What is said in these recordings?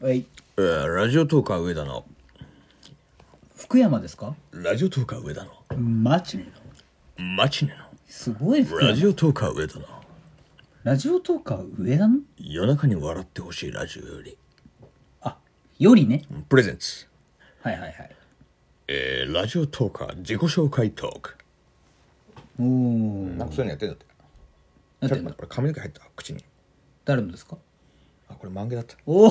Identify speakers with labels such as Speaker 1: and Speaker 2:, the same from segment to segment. Speaker 1: はい
Speaker 2: えーラジオトーカー上田の
Speaker 1: 福山ですか
Speaker 2: ラジオトーカー上田の
Speaker 1: マチネの
Speaker 2: マチネ
Speaker 1: すごい
Speaker 2: の
Speaker 1: 福
Speaker 2: ラ
Speaker 1: 山
Speaker 2: ジオトーカー上田の
Speaker 1: ラジオトーカー上田の
Speaker 2: 夜中に笑ってほしいラジオより
Speaker 1: あよりね
Speaker 2: プレゼンツ、
Speaker 1: はいはいはい
Speaker 2: えーラジオトーカー自己紹介トーク
Speaker 1: おお
Speaker 2: なんかそういうのやってんだって
Speaker 1: なんて
Speaker 2: ちょっと待ってこれ髪の毛入った口に
Speaker 1: 誰のですか
Speaker 2: あこれ漫画だった
Speaker 1: おお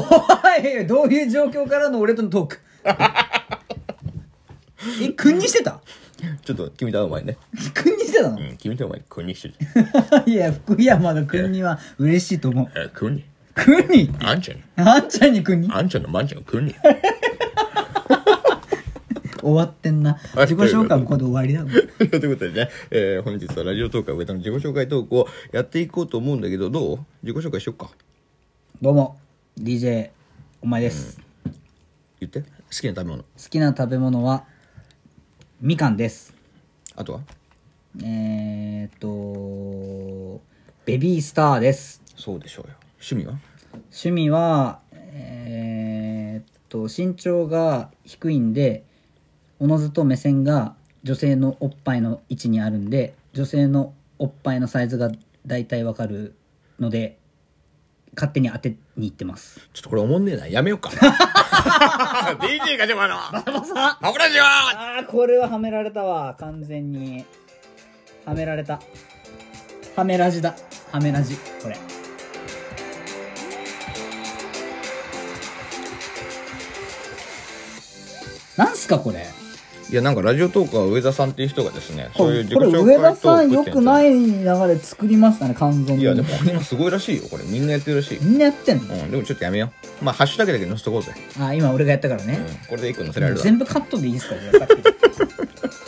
Speaker 1: い どういう状況からの俺とのトーク え君にしてた
Speaker 2: ちょっと君と会う前にね、
Speaker 1: 君にしてたの、
Speaker 2: うん、君と会う前に国にしてる
Speaker 1: いや福山の君には嬉しいと思う
Speaker 2: えー国
Speaker 1: 君に
Speaker 2: あんちゃん
Speaker 1: あんちゃんに君に
Speaker 2: あんちゃんのまんちゃんが国
Speaker 1: 終わってんな
Speaker 2: あ
Speaker 1: 自己紹介もこれで終わりだもん
Speaker 2: ということでね、えー本日はラジオトーカー上田の自己紹介トークをやっていこうと思うんだけどどう自己紹介しよっか
Speaker 1: どうも DJ お前です、
Speaker 2: 言って好きな食べ物
Speaker 1: 好きな食べ物はみかんです
Speaker 2: あとは
Speaker 1: えー、っとベビースターです
Speaker 2: そうでしょうよ趣味は
Speaker 1: 趣味はえー、っと身長が低いんでおのずと目線が女性のおっぱいの位置にあるんで女性のおっぱいのサイズが大体わかるので勝手に当てに行ってます
Speaker 2: ちょっとこれおもんねえなやめようか DJ が島の危ないよ
Speaker 1: ああこれははめられたわ完全にはめられたはめラジだはめラジこれなんすかこれ
Speaker 2: いやなんかラジオトークは上田さんっていう人がですね
Speaker 1: こ
Speaker 2: そうい
Speaker 1: れ
Speaker 2: う自己紹介トーク
Speaker 1: 上田さんよ
Speaker 2: ってうの
Speaker 1: くない流れ作りましたね完全に
Speaker 2: いやでも今すごいらしいよこれみんなやってるらしい、う
Speaker 1: みんなやってんの
Speaker 2: ん、でもちょっとやめようまあハッシュタグだけ載せとこうぜ、
Speaker 1: あ今俺がやったから
Speaker 2: う
Speaker 1: ね
Speaker 2: ん、これで一個載せられるわ
Speaker 1: 全部カットでいいですかじゃあさっ き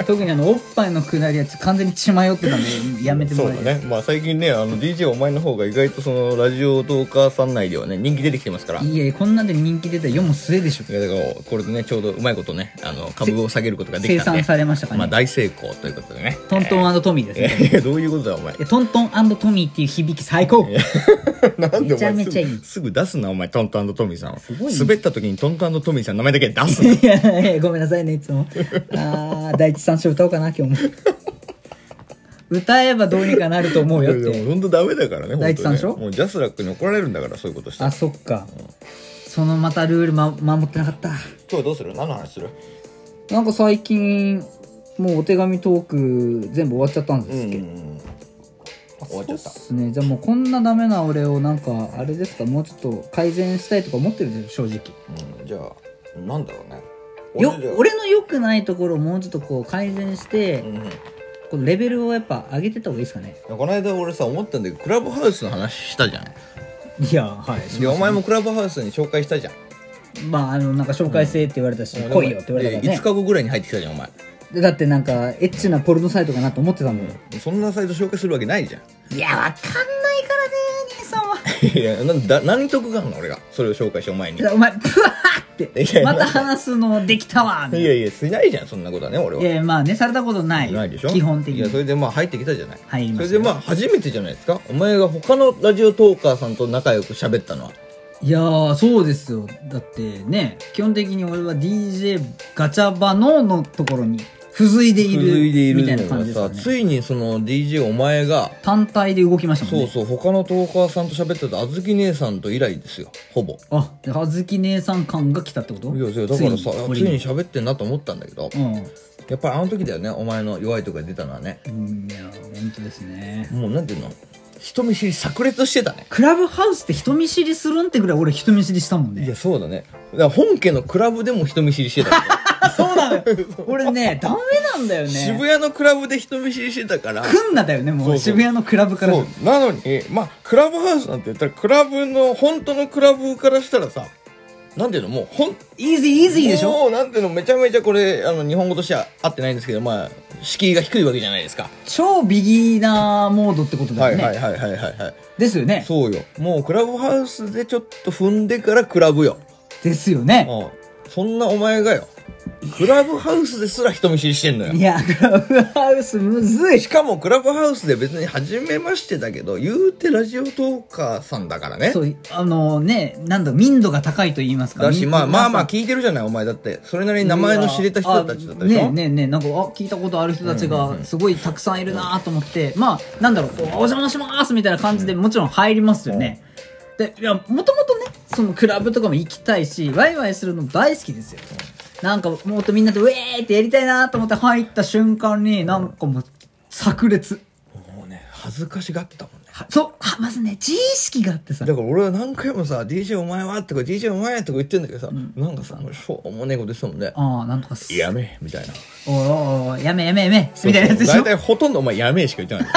Speaker 1: 特にあのおっぱいのくだりは完全に血迷ってたんでやめて
Speaker 2: そ
Speaker 1: もら
Speaker 2: う
Speaker 1: いた
Speaker 2: だ
Speaker 1: い
Speaker 2: ねまあ最近ねあの DJ お前の方が意外とそのラジオトーカーさん内ではね人気出てきてますからい
Speaker 1: いやいやこんなんで人気出たら世も末でしょ
Speaker 2: やだからこれでねちょうどうまいことねあの株を下げることができ
Speaker 1: 生
Speaker 2: たんで
Speaker 1: 産されましたかね、
Speaker 2: まあ大成功ということでね。
Speaker 1: トントントミーですね、
Speaker 2: えーどういうことだお前。
Speaker 1: えトントントミーっていう響き最高
Speaker 2: なんで
Speaker 1: め
Speaker 2: お前
Speaker 1: ちゃめちゃいい
Speaker 2: すぐすぐ出すなお前トントントミーさんを。
Speaker 1: すごい
Speaker 2: 滑った時にトントントミーさんの名前だけ出すな。
Speaker 1: いやいやごめんなさいねいつもあー第一三章歌おうかな今日も歌えばどうにかなると思うよっ
Speaker 2: いやで
Speaker 1: て
Speaker 2: も本当ダメだからね。
Speaker 1: 第一
Speaker 2: 本当
Speaker 1: 三
Speaker 2: ね
Speaker 1: 章
Speaker 2: もうジャスラックに怒られるんだからそういうことした
Speaker 1: あ
Speaker 2: ら。
Speaker 1: そっかそのまたルール、ま、守ってなかった
Speaker 2: 今日どうする？何の話する？
Speaker 1: なんか最近もうお手紙トーク全部終わっちゃったんですけど、
Speaker 2: ん。終わっちゃっ
Speaker 1: そ
Speaker 2: た
Speaker 1: うっすねじゃあもうこんなダメな俺をなんかあれですかもうちょっと改善したいとか思ってるでしょ正直
Speaker 2: うんじゃあなんだろうね。
Speaker 1: よ
Speaker 2: じゃあ
Speaker 1: 俺の良くないところをもうちょっとこう改善して、
Speaker 2: うんうん。
Speaker 1: このレベルをやっぱ上げてった方がいいですかね
Speaker 2: この間俺さ思ったんだけどクラブハウスの話したじゃん。
Speaker 1: いやはい
Speaker 2: でお前もクラブハウスに紹介したじゃん。
Speaker 1: まああのなんか紹介せえって言われたし、来いよって言われたか
Speaker 2: で
Speaker 1: らね
Speaker 2: 5日後ぐらいに入ってきたじゃんお前。
Speaker 1: でだってなんかエッチなポルノサイトかなと思ってたもん、
Speaker 2: そんなサイト紹介するわけないじゃん。
Speaker 1: いやわかんないからね兄さんはい
Speaker 2: や、なんだ何得があるの俺が。それを紹介してお前に。
Speaker 1: い
Speaker 2: い
Speaker 1: やお前ブワーって
Speaker 2: いやい
Speaker 1: ま
Speaker 2: や
Speaker 1: た話すのできたわ
Speaker 2: や
Speaker 1: みたい
Speaker 2: いや、しないじゃん、そんなことはね、俺
Speaker 1: ない
Speaker 2: は。
Speaker 1: やまあねされたことない
Speaker 2: ないでしょ
Speaker 1: 基本的
Speaker 2: いや、そ
Speaker 1: に
Speaker 2: れでまあ入ってきたじゃない。
Speaker 1: 入り
Speaker 2: そ
Speaker 1: ま
Speaker 2: れ
Speaker 1: した
Speaker 2: で
Speaker 1: よ
Speaker 2: まあ初めてじゃないですか。お前が他のラジオトーカーさんと仲良く喋ったのは。
Speaker 1: いやーそうですよだってね基本的に俺は DJ ガチャバノのところに付随でい
Speaker 2: 続いてい
Speaker 1: る
Speaker 2: る
Speaker 1: みた
Speaker 2: ん
Speaker 1: い
Speaker 2: だ
Speaker 1: な
Speaker 2: か
Speaker 1: 感
Speaker 2: ら
Speaker 1: じですよ
Speaker 2: さ、
Speaker 1: ね
Speaker 2: ついにその DJ お前が、
Speaker 1: 単体で動きましたもん
Speaker 2: そ
Speaker 1: ね
Speaker 2: うそう、他のトーカーさんと喋ってたあずき姉さんと以来ですよ、ほぼ。
Speaker 1: あで葉月姉さん感が来たってこと
Speaker 2: いや、いやだからさ、つ
Speaker 1: つ
Speaker 2: い
Speaker 1: い
Speaker 2: に
Speaker 1: に
Speaker 2: 喋ってんなと思ったんだけど、やっぱりあの時だよね、お前の弱いとこが出たのはね。
Speaker 1: うんいや本当ですね
Speaker 2: もうなんていうの人見知り炸裂してたね。
Speaker 1: クラブハウスって人見知りするんってぐらい俺人見知りしたもん
Speaker 2: い
Speaker 1: ね
Speaker 2: や、そうだね。だから本家のクラブでも人見知りしてたから、
Speaker 1: あ そうなの よ俺ねダメなんだよね
Speaker 2: 渋谷のクラブで人見知りしてたから。
Speaker 1: 来んなだよねもう
Speaker 2: そうそう
Speaker 1: 渋谷のクラブから
Speaker 2: そう。なのに、まあ、クラブハウスなんて言ったら、クラブの、本当のクラブからしたらさ、なんていうの、もう、ほん、
Speaker 1: イージーイージーでしょ
Speaker 2: もう、なんていうの、めちゃめちゃこれ、あの、日本語としては合ってないんですけど、まあ、敷居が低いわけじゃないですか。
Speaker 1: 超ビギナーモードってことだ
Speaker 2: はい
Speaker 1: よね、
Speaker 2: はいはいはいはいはい。
Speaker 1: ですよね
Speaker 2: そうよ。もう、クラブハウスでちょっと踏んでからクラブよ。
Speaker 1: ですよね
Speaker 2: うん。そんなお前がよ。
Speaker 1: い
Speaker 2: クラブハウスですら人見知りしてんのよ
Speaker 1: いや、クラブハウスむずい
Speaker 2: し。かもクラブハウスで別に初めましてだけど言うてラジオトーカーさんだからね
Speaker 1: そう、あのね、なんだ、民度が高いと言いますか。
Speaker 2: だし
Speaker 1: 民
Speaker 2: まあまあまあ聞いてるじゃないお前だってそれなりに名前の知れた人たちだったでし
Speaker 1: あねえ
Speaker 2: ょ、
Speaker 1: ねえねえなんかあ聞いたことある人たちがすごいたくさんいるなと思って、まあなんだろうこうお邪魔しますみたいな感じでもちろん入りますよね、でいやもともとねそのクラブとかも行きたいしワイワイするの大好きですよ、なんかもっとみんなでウェーってやりたいなと思って入った瞬間になんかもう炸裂
Speaker 2: もうね恥ずかしがってたもんね
Speaker 1: はそうはまずね自意識があってさ
Speaker 2: だから俺は何回もさ「DJ お前は?」とか「DJ お前?」とか言ってんだけどさ、なんかさしょうもねえことですもんね
Speaker 1: ああなんとか
Speaker 2: 「
Speaker 1: す
Speaker 2: やめえ」みたいな
Speaker 1: おいおいおいやめやめやめみたいなやつでしょ
Speaker 2: 大体ほとんどお前「やめえ」しか言ってな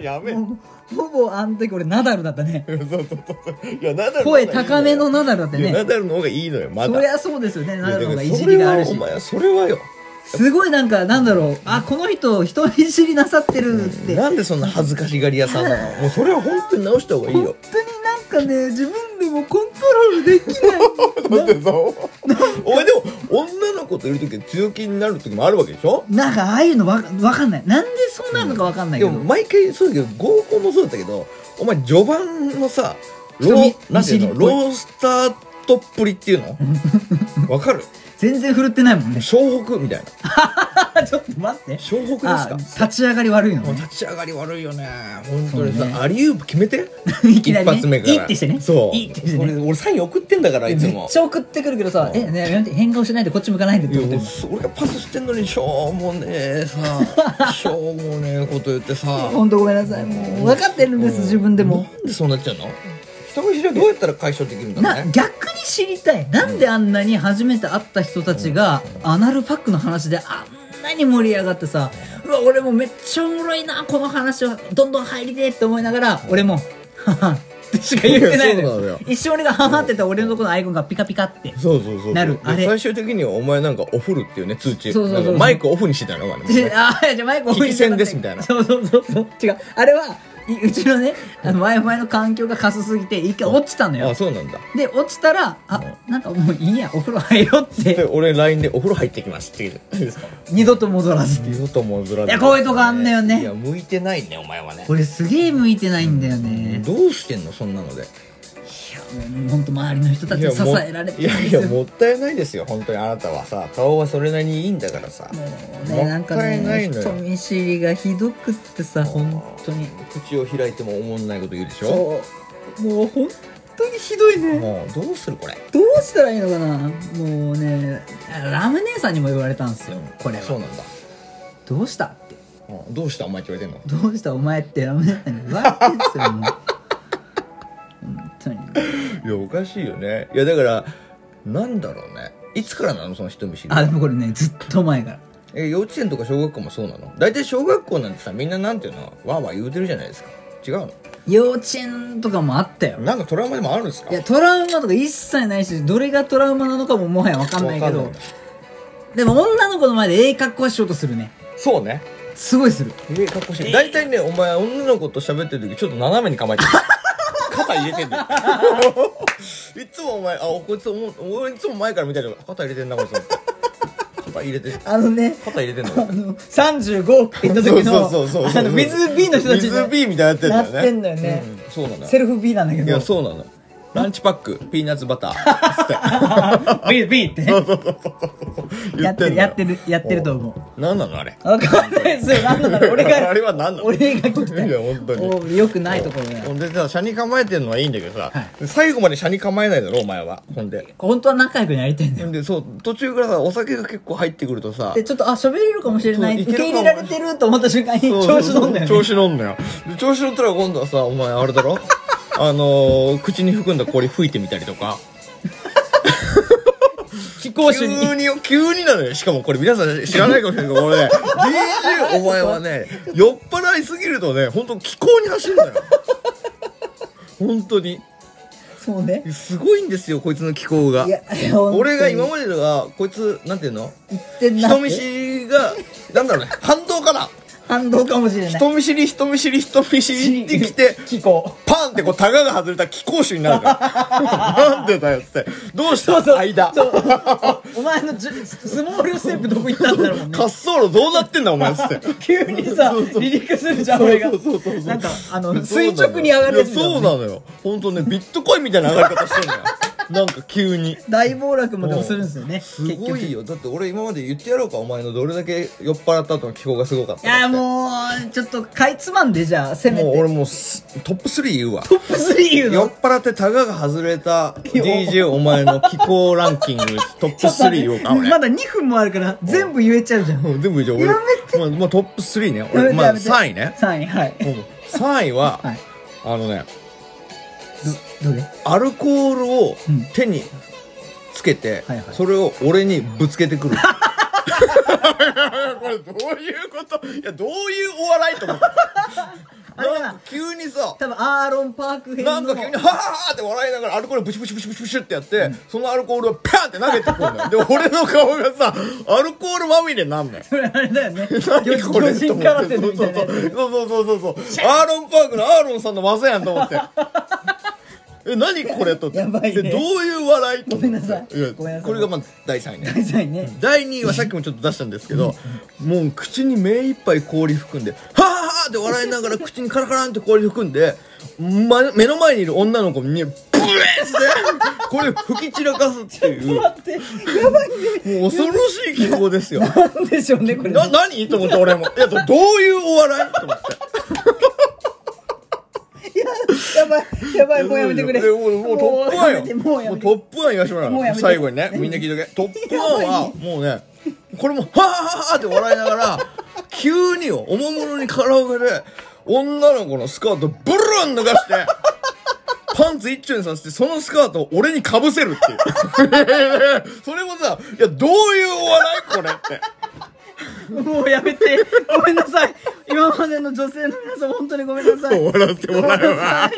Speaker 2: い やめえ
Speaker 1: ほほぼあの時俺ナダルだったね
Speaker 2: そうそうそうそういやナダルの方がい
Speaker 1: 声
Speaker 2: いのよ
Speaker 1: 高めのナダルだって
Speaker 2: いやナ
Speaker 1: ね
Speaker 2: ダルの方がいいのよまだ
Speaker 1: そりゃそうですよねナダルの方がいじ
Speaker 2: それ
Speaker 1: りがあ
Speaker 2: は
Speaker 1: る
Speaker 2: お
Speaker 1: し
Speaker 2: 前はそれはよ
Speaker 1: すごいなんかなんだろうあこの人人見知りなさってるって
Speaker 2: なんでそんな恥ずかしがり屋さんなの もうそれは本当に直した方がいい
Speaker 1: 本
Speaker 2: よ
Speaker 1: 当になんかね自分でもコントロールできない
Speaker 2: だってさお前でも女の子といる時は強気になる時もあるわけでしょ
Speaker 1: なんかああいうのわかわかんないなんでそうなるのかわかんない
Speaker 2: で
Speaker 1: けど、
Speaker 2: も毎回そうだけど合コンもそうだったけどお前序盤のさロ
Speaker 1: 人見
Speaker 2: ーなんてい
Speaker 1: 見知
Speaker 2: う
Speaker 1: りっ
Speaker 2: の
Speaker 1: ぽい
Speaker 2: ロースタートっぷりっていう のわかる
Speaker 1: 全然振るってないもんね
Speaker 2: 湘北みたいな
Speaker 1: ちょっと待って
Speaker 2: 湘北です
Speaker 1: あ
Speaker 2: か
Speaker 1: 立ち上がり悪いの
Speaker 2: もう
Speaker 1: ね
Speaker 2: 立ち上がり悪いよね本当に
Speaker 1: そ
Speaker 2: さ、
Speaker 1: うね
Speaker 2: アリウープ決めて
Speaker 1: いきなりね
Speaker 2: 一発目から
Speaker 1: いいってしてね
Speaker 2: そう
Speaker 1: いいってしてね
Speaker 2: 俺俺サイン送ってんだからいつ
Speaker 1: め
Speaker 2: も
Speaker 1: っちゃ送ってくるけどさ「えねやめて変顔しないでこっち向かないで」っ
Speaker 2: い
Speaker 1: て
Speaker 2: や
Speaker 1: 思って
Speaker 2: 俺
Speaker 1: る
Speaker 2: 俺がパスしてんのにしょうもねえ さしょうもねえこと言ってさ
Speaker 1: 本当ごめんなさいもう分かってるんです自分でも
Speaker 2: なんでそうなっちゃうの人見知りはどうやったら解消できるんだろ
Speaker 1: な
Speaker 2: うね
Speaker 1: 逆に知りたいなんであんなに初めて会った人たちがアナルパックの話であんなに盛り上がってさうわ俺もめっちゃおもろいなこの話はどんどん入りてえって思いながら俺も「はは」ってしか言ってないの
Speaker 2: いやそうなの
Speaker 1: よ
Speaker 2: よ
Speaker 1: 一生俺が「はは」って言ったら俺のとこのアイコンがピカピカって
Speaker 2: そうそうそう
Speaker 1: なる
Speaker 2: で
Speaker 1: あれ
Speaker 2: 最終的にはお前なんかオフるっていうね通知
Speaker 1: そうそうそうそう
Speaker 2: なんかマイクオフにしてたのがね
Speaker 1: で あーじゃあマイク置い
Speaker 2: 危機戦ですみたいな
Speaker 1: そうそうそうそう違うあれはいいうちのねあの前々の環境がかすすぎて一回落ちたのよ
Speaker 2: あそうなんだ
Speaker 1: で落ちたらあなんかもういいやお風呂入ろうっ
Speaker 2: で
Speaker 1: て
Speaker 2: 俺 LINE で「お風呂入ってきます」って言ういいですか
Speaker 1: 二度と戻らずっていう
Speaker 2: 二度ともずらず
Speaker 1: いやこういうとこあんのよね
Speaker 2: いや向いてないねお前はね
Speaker 1: 俺すげえ向いてないんだよね
Speaker 2: どうしてんのそんなので
Speaker 1: いやもうほんと周りの人たちに支
Speaker 2: も
Speaker 1: えられて
Speaker 2: いや
Speaker 1: んで
Speaker 2: い
Speaker 1: すよ
Speaker 2: やもったいないですよ本当にあなたはさ顔はそれなりにいいんだからさ
Speaker 1: もうね
Speaker 2: もったい
Speaker 1: なんかね
Speaker 2: ないのよ
Speaker 1: 人見知りがひどくってさ本当に
Speaker 2: 口を開いても思んないこと言うでしょ
Speaker 1: そうもう本当にひどいね
Speaker 2: もうどうするこれ
Speaker 1: どうしたらいいのかなもうねラム姉さんにも言われたんですよこれ
Speaker 2: そう
Speaker 1: は
Speaker 2: なんだ、
Speaker 1: どうしたって
Speaker 2: うん、どうしたお前って言われてんの
Speaker 1: どうしたお前ってラム姉さんに言われてんすよもう本当に
Speaker 2: いやおかしいよねいやだからなんだろうねいつからなのその人見知りは
Speaker 1: あでもこれねずっと前から
Speaker 2: え幼稚園とか小学校もそうなの大体小学校なんてさみんななんていうのわーわー言うてるじゃないですか違う
Speaker 1: 幼稚園とかもあったよ
Speaker 2: のなんかトラウマでもあるんですか
Speaker 1: いやトラウマとか一切ないしどれがトラウマなのかももはや分かんないけ
Speaker 2: わか
Speaker 1: ど
Speaker 2: んない
Speaker 1: でも女の子の前でええ格好はしようとするね
Speaker 2: そうね
Speaker 1: すごいする
Speaker 2: えかっこしい大体ねお前女の子と喋ってる時ちょっと斜めに 構えてる肩入れてんだ よいつもお前あこいつお俺いつも前から見たけど肩入れてんなこいつ肩入れて
Speaker 1: あのね
Speaker 2: 肩入れてんの
Speaker 1: あの35って言った時の
Speaker 2: そうそうそうそ
Speaker 1: あ
Speaker 2: う
Speaker 1: の水 B の人たち
Speaker 2: 水 B みたいになってんだよね
Speaker 1: なってんだよね
Speaker 2: うんそうなのよ
Speaker 1: セルフ B なんだけ
Speaker 2: いや
Speaker 1: ど
Speaker 2: そうなのランチパックピーナッツバタ ーつって
Speaker 1: B B ってね
Speaker 2: 言
Speaker 1: やってる
Speaker 2: んだよ
Speaker 1: やってるやってると思
Speaker 2: 何なの あれ
Speaker 1: う分かんないですよ何なの俺が
Speaker 2: あれ は何なの
Speaker 1: 俺が聞きたい
Speaker 2: いや本当に
Speaker 1: およくないところだよ
Speaker 2: ほんでさ車に構えてんのはいいんだけど
Speaker 1: は
Speaker 2: さ、最後まで車に構えないだろお前はほんで
Speaker 1: 本当は仲良くやりたいんだよ
Speaker 2: でそう途中からさお酒が結構入ってくるとさ
Speaker 1: でちょっとあ喋れるかもしれない
Speaker 2: そうい
Speaker 1: 受け
Speaker 2: けるかも
Speaker 1: 入れられてると思った瞬間に調子乗んだよね
Speaker 2: 調子乗んだよで調子乗ったら今度はさお前あれ だろあのー、口に含んだ氷吹いてみたりとか
Speaker 1: 非公
Speaker 2: 急に急になのよしかもこれ皆さん知らないかもしれないけどこれね DJ お前はね酔っ払いすぎるとね本当気候に走る んだよ本当に
Speaker 1: そうね
Speaker 2: すごいんですよこいつの気候が
Speaker 1: いやいや本当に
Speaker 2: 俺が今までがこいつなんていうの
Speaker 1: 言ってんな
Speaker 2: 人見知りがなんだろうね反動かな
Speaker 1: 反動かもしれない。
Speaker 2: 人見知り人見知り人見知りってきて
Speaker 1: 気候。
Speaker 2: パンってこうタガが外れたら気候臭になるから なんでだよっつってどうした間
Speaker 1: そうおお前のじゅスモールステップどこ行ったんだろうもんね
Speaker 2: 滑走路どうなってんだお前っつって
Speaker 1: 急にさ離陸するじゃん俺がなんかあの垂直に上がるやつ
Speaker 2: い
Speaker 1: だもんね
Speaker 2: そうなのよ本当ねビットコインみたいな上がり方してるのよなんか急に
Speaker 1: 大暴落もでもするんですよね
Speaker 2: す
Speaker 1: 結
Speaker 2: ご
Speaker 1: 局
Speaker 2: い
Speaker 1: い
Speaker 2: よだって俺今まで言ってやろうかお前のどれだけ酔っ払った後の気候がすごかったか
Speaker 1: やもうちょっとかいつまんでじゃあせめ
Speaker 2: もう
Speaker 1: て
Speaker 2: 俺もうすトップ3言うわ
Speaker 1: トップ3言う
Speaker 2: 酔
Speaker 1: の
Speaker 2: っ払ってタガが外れた DJ お前の気候ランキングトッ プ
Speaker 1: ちょっと
Speaker 2: 3
Speaker 1: 待って
Speaker 2: 言おうか俺
Speaker 1: まだ2分もあるから全部言えちゃうじゃん
Speaker 2: うん全部じゃあ俺
Speaker 1: や
Speaker 2: まあまあトップ3ね
Speaker 1: やめ
Speaker 2: 俺
Speaker 1: て
Speaker 2: ま
Speaker 1: や
Speaker 2: あ
Speaker 1: めて
Speaker 2: 3位ね
Speaker 1: 3位はい
Speaker 2: 3位は
Speaker 1: はい
Speaker 2: あのね
Speaker 1: どどれ
Speaker 2: アルコールを
Speaker 1: うん
Speaker 2: 手につけて、
Speaker 1: はいはい
Speaker 2: それを俺にぶつけてく るこれどういうこといやどういうお笑いと思って
Speaker 1: あれだな
Speaker 2: なんか急にさ
Speaker 1: 多分アーロン・パーク編
Speaker 2: な
Speaker 1: の
Speaker 2: んか急にハーハーって笑いながらアルコールブシュブシュブシュブシュブシュってやって、そのアルコールをパンって投げてくるのよで俺の顔がさアルコールまみれになんのよ
Speaker 1: それあれだよね
Speaker 2: 何こ れ
Speaker 1: 魚人空手のみたいな
Speaker 2: そ
Speaker 1: や
Speaker 2: う
Speaker 1: つ
Speaker 2: そうそうそうそうそうそうアーロン・パークのアーロンさんの技やんと思って え何これと
Speaker 1: やばいね
Speaker 2: でどういう笑いと思って
Speaker 1: ごめんなさい
Speaker 2: や
Speaker 1: ごめんなさい
Speaker 2: これがまあ第3位ね
Speaker 1: 大体ね
Speaker 2: 第2位はさっきもちょっと出したんですけ どもう口に目いっぱい氷含んで「はあはあ!」って笑いながら口にカラカランって氷含んで、ま、目の前にいる女の子にブエーってこれ吹き散らかすっていうも
Speaker 1: 待ってやばいね
Speaker 2: う恐ろしい気候ですよ
Speaker 1: なんでしょうねこれ
Speaker 2: な、何と思って俺も。いや、どどういうお笑いと思って。
Speaker 1: いややばいやばいもうやめてくれ
Speaker 2: でもうもうトップワンよ。
Speaker 1: もうや
Speaker 2: も
Speaker 1: め
Speaker 2: う
Speaker 1: て
Speaker 2: トップワン言わしてもら
Speaker 1: もう
Speaker 2: う
Speaker 1: や
Speaker 2: よ
Speaker 1: めて
Speaker 2: 最後にね、 みんな聞いとけ。トップワンは、もうね、これも、はぁはぁはぁって笑いながら、 急によ、おもむろにカラオケで、女の子のスカートブルーン脱がして、 パンツ一丁にさせて、そのスカートを俺に被せるっていう。 それもさ、いや、どういうお笑いこれって。
Speaker 1: もうやめてごめんなさい今までの女性の皆さん本当にごめんなさい
Speaker 2: 笑ってもらうわ。